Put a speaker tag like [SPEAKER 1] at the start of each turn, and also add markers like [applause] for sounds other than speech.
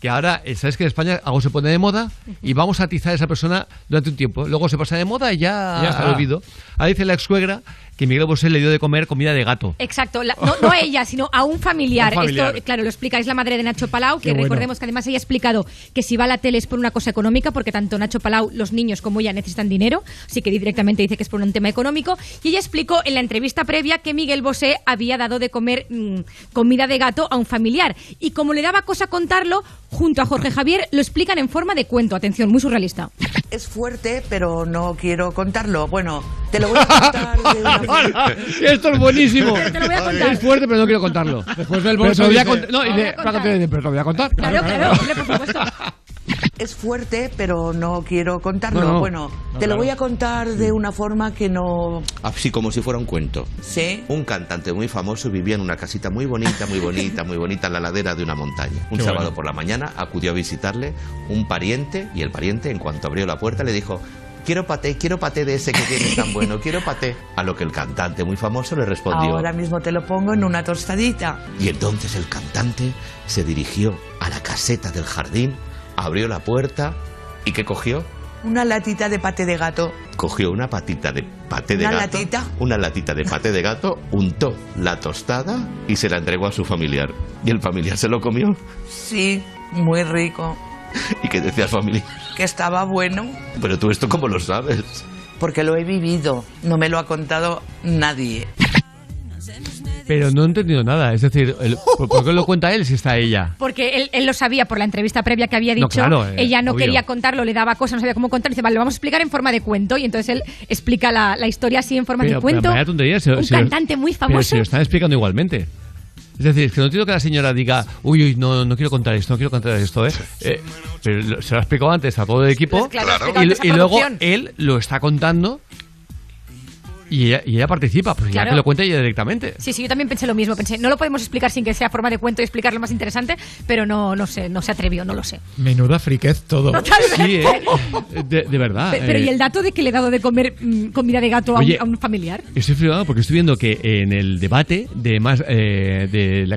[SPEAKER 1] que ahora, eh, ¿sabes que en España algo se pone de moda y vamos a atizar a esa persona durante un tiempo? Luego se pasa de moda y ya,
[SPEAKER 2] Ya está.
[SPEAKER 1] al olvido. Ahora dice la ex suegra que Miguel Bosé le dio de comer comida de gato.
[SPEAKER 3] [laughs] Exacto, la- no, no a ella, sino a un familiar.
[SPEAKER 2] [laughs] Un familiar.
[SPEAKER 3] Esto, claro, lo explica, es la madre de Nacho Palau, que
[SPEAKER 2] Qué bueno.
[SPEAKER 3] recordemos que además ella ha explicado que si va a la tele es por una cosa económica, porque tanto Nacho Palau, los niños como ella necesitan dinero, así que directamente dice que es por un tema económico. Y ella explicó en la entrevista previa que Miguel Bosé había dado de comer mm, comida de gato a un familiar. Y como le daba cosa contarlo, junto a Jorge Javier lo explican en forma de cuento. Atención, muy surrealista.
[SPEAKER 4] Es fuerte, pero no quiero contarlo. Bueno, te lo voy a contar
[SPEAKER 1] [laughs]
[SPEAKER 4] de una forma.
[SPEAKER 1] Esto es buenísimo.
[SPEAKER 3] Pero te lo voy a contar.
[SPEAKER 1] Es fuerte, pero no quiero contarlo.
[SPEAKER 2] Después del
[SPEAKER 1] Pero te
[SPEAKER 2] bolso
[SPEAKER 1] lo voy a
[SPEAKER 2] dice-
[SPEAKER 1] cont- no,
[SPEAKER 3] Te lo
[SPEAKER 1] dice,
[SPEAKER 3] voy
[SPEAKER 1] "Va
[SPEAKER 3] a
[SPEAKER 1] a
[SPEAKER 3] contar".
[SPEAKER 1] contar de- pero te lo voy a contar.
[SPEAKER 3] Claro, claro, hombre, por supuesto.
[SPEAKER 4] Es fuerte, pero no quiero contarlo.
[SPEAKER 1] No, no.
[SPEAKER 4] Bueno, te lo voy a contar de una forma que no
[SPEAKER 5] Así como si fuera un cuento.
[SPEAKER 4] sé.
[SPEAKER 5] Un cantante muy famoso vivía en una casita muy bonita, muy bonita, muy bonita en la ladera de una montaña. Un
[SPEAKER 2] Qué
[SPEAKER 5] sábado
[SPEAKER 2] bueno.
[SPEAKER 5] por la mañana acudió a visitarle un pariente y el pariente, en cuanto abrió la puerta, le dijo. Quiero paté, quiero paté de ese que tienes tan bueno, quiero paté. A lo que el cantante muy famoso le respondió.
[SPEAKER 4] Ahora mismo te lo pongo en una tostadita.
[SPEAKER 5] Y entonces el cantante se dirigió a la caseta del jardín, abrió la puerta y ¿qué cogió?
[SPEAKER 4] Una latita de pate de gato.
[SPEAKER 5] Cogió una patita de paté de
[SPEAKER 4] ¿Una
[SPEAKER 5] gato.
[SPEAKER 4] latita?
[SPEAKER 5] Una latita de paté de gato, untó la tostada y se la entregó a su familiar. Y el familiar se lo comió. [laughs]
[SPEAKER 4] Sí, muy rico.
[SPEAKER 5] ¿Y que decía el familiar?
[SPEAKER 4] Que estaba bueno.
[SPEAKER 5] Pero tú esto cómo lo sabes.
[SPEAKER 4] Porque lo he vivido. No me lo ha contado nadie.
[SPEAKER 1] Pero no he entendido nada. Es decir, el- ¿por, por qué lo cuenta él si está ella?
[SPEAKER 3] Porque él, él lo sabía por la entrevista previa que había
[SPEAKER 1] No,
[SPEAKER 3] dicho.
[SPEAKER 1] claro, eh,
[SPEAKER 3] ella no
[SPEAKER 1] obvio.
[SPEAKER 3] quería contarlo, le daba cosas, no sabía cómo contarlo. Dice, vale, lo vamos a explicar en forma de cuento. Y entonces él explica la, la historia así en forma
[SPEAKER 1] Pero,
[SPEAKER 3] de cuento.
[SPEAKER 1] pero vaya tontería, si-
[SPEAKER 3] un
[SPEAKER 1] si-
[SPEAKER 3] cantante muy
[SPEAKER 1] Pero
[SPEAKER 3] famoso.
[SPEAKER 1] si lo están explicando igualmente. Es decir, es que no entiendo que la señora diga, uy, uy, no, no quiero contar esto, no quiero contar esto, ¿eh? Eh, pero lo- se lo ha explicado antes a todo el equipo.
[SPEAKER 3] Claro, lo ha
[SPEAKER 1] Y-
[SPEAKER 3] explicado antes a
[SPEAKER 1] y, luego
[SPEAKER 3] producción.
[SPEAKER 1] él lo está contando y ella, y ella participa. Pues ya
[SPEAKER 3] Claro.
[SPEAKER 1] que lo cuenta ella directamente.
[SPEAKER 3] Sí, sí, yo también pensé lo mismo. Pensé, no lo podemos explicar sin que sea forma de cuento y explicarlo más interesante, pero no, no sé, no se atrevió, no lo sé.
[SPEAKER 2] Menuda friquez todo.
[SPEAKER 3] Totalmente. [laughs]
[SPEAKER 1] Sí, ¿eh? De, de verdad.
[SPEAKER 3] Pe- Pero
[SPEAKER 1] eh.
[SPEAKER 3] ¿y el dato de que le he dado de comer mm, comida de gato a un-
[SPEAKER 1] Oye,
[SPEAKER 3] a un familiar?
[SPEAKER 1] Estoy flipado porque estoy viendo que en el debate de más eh, de la campaña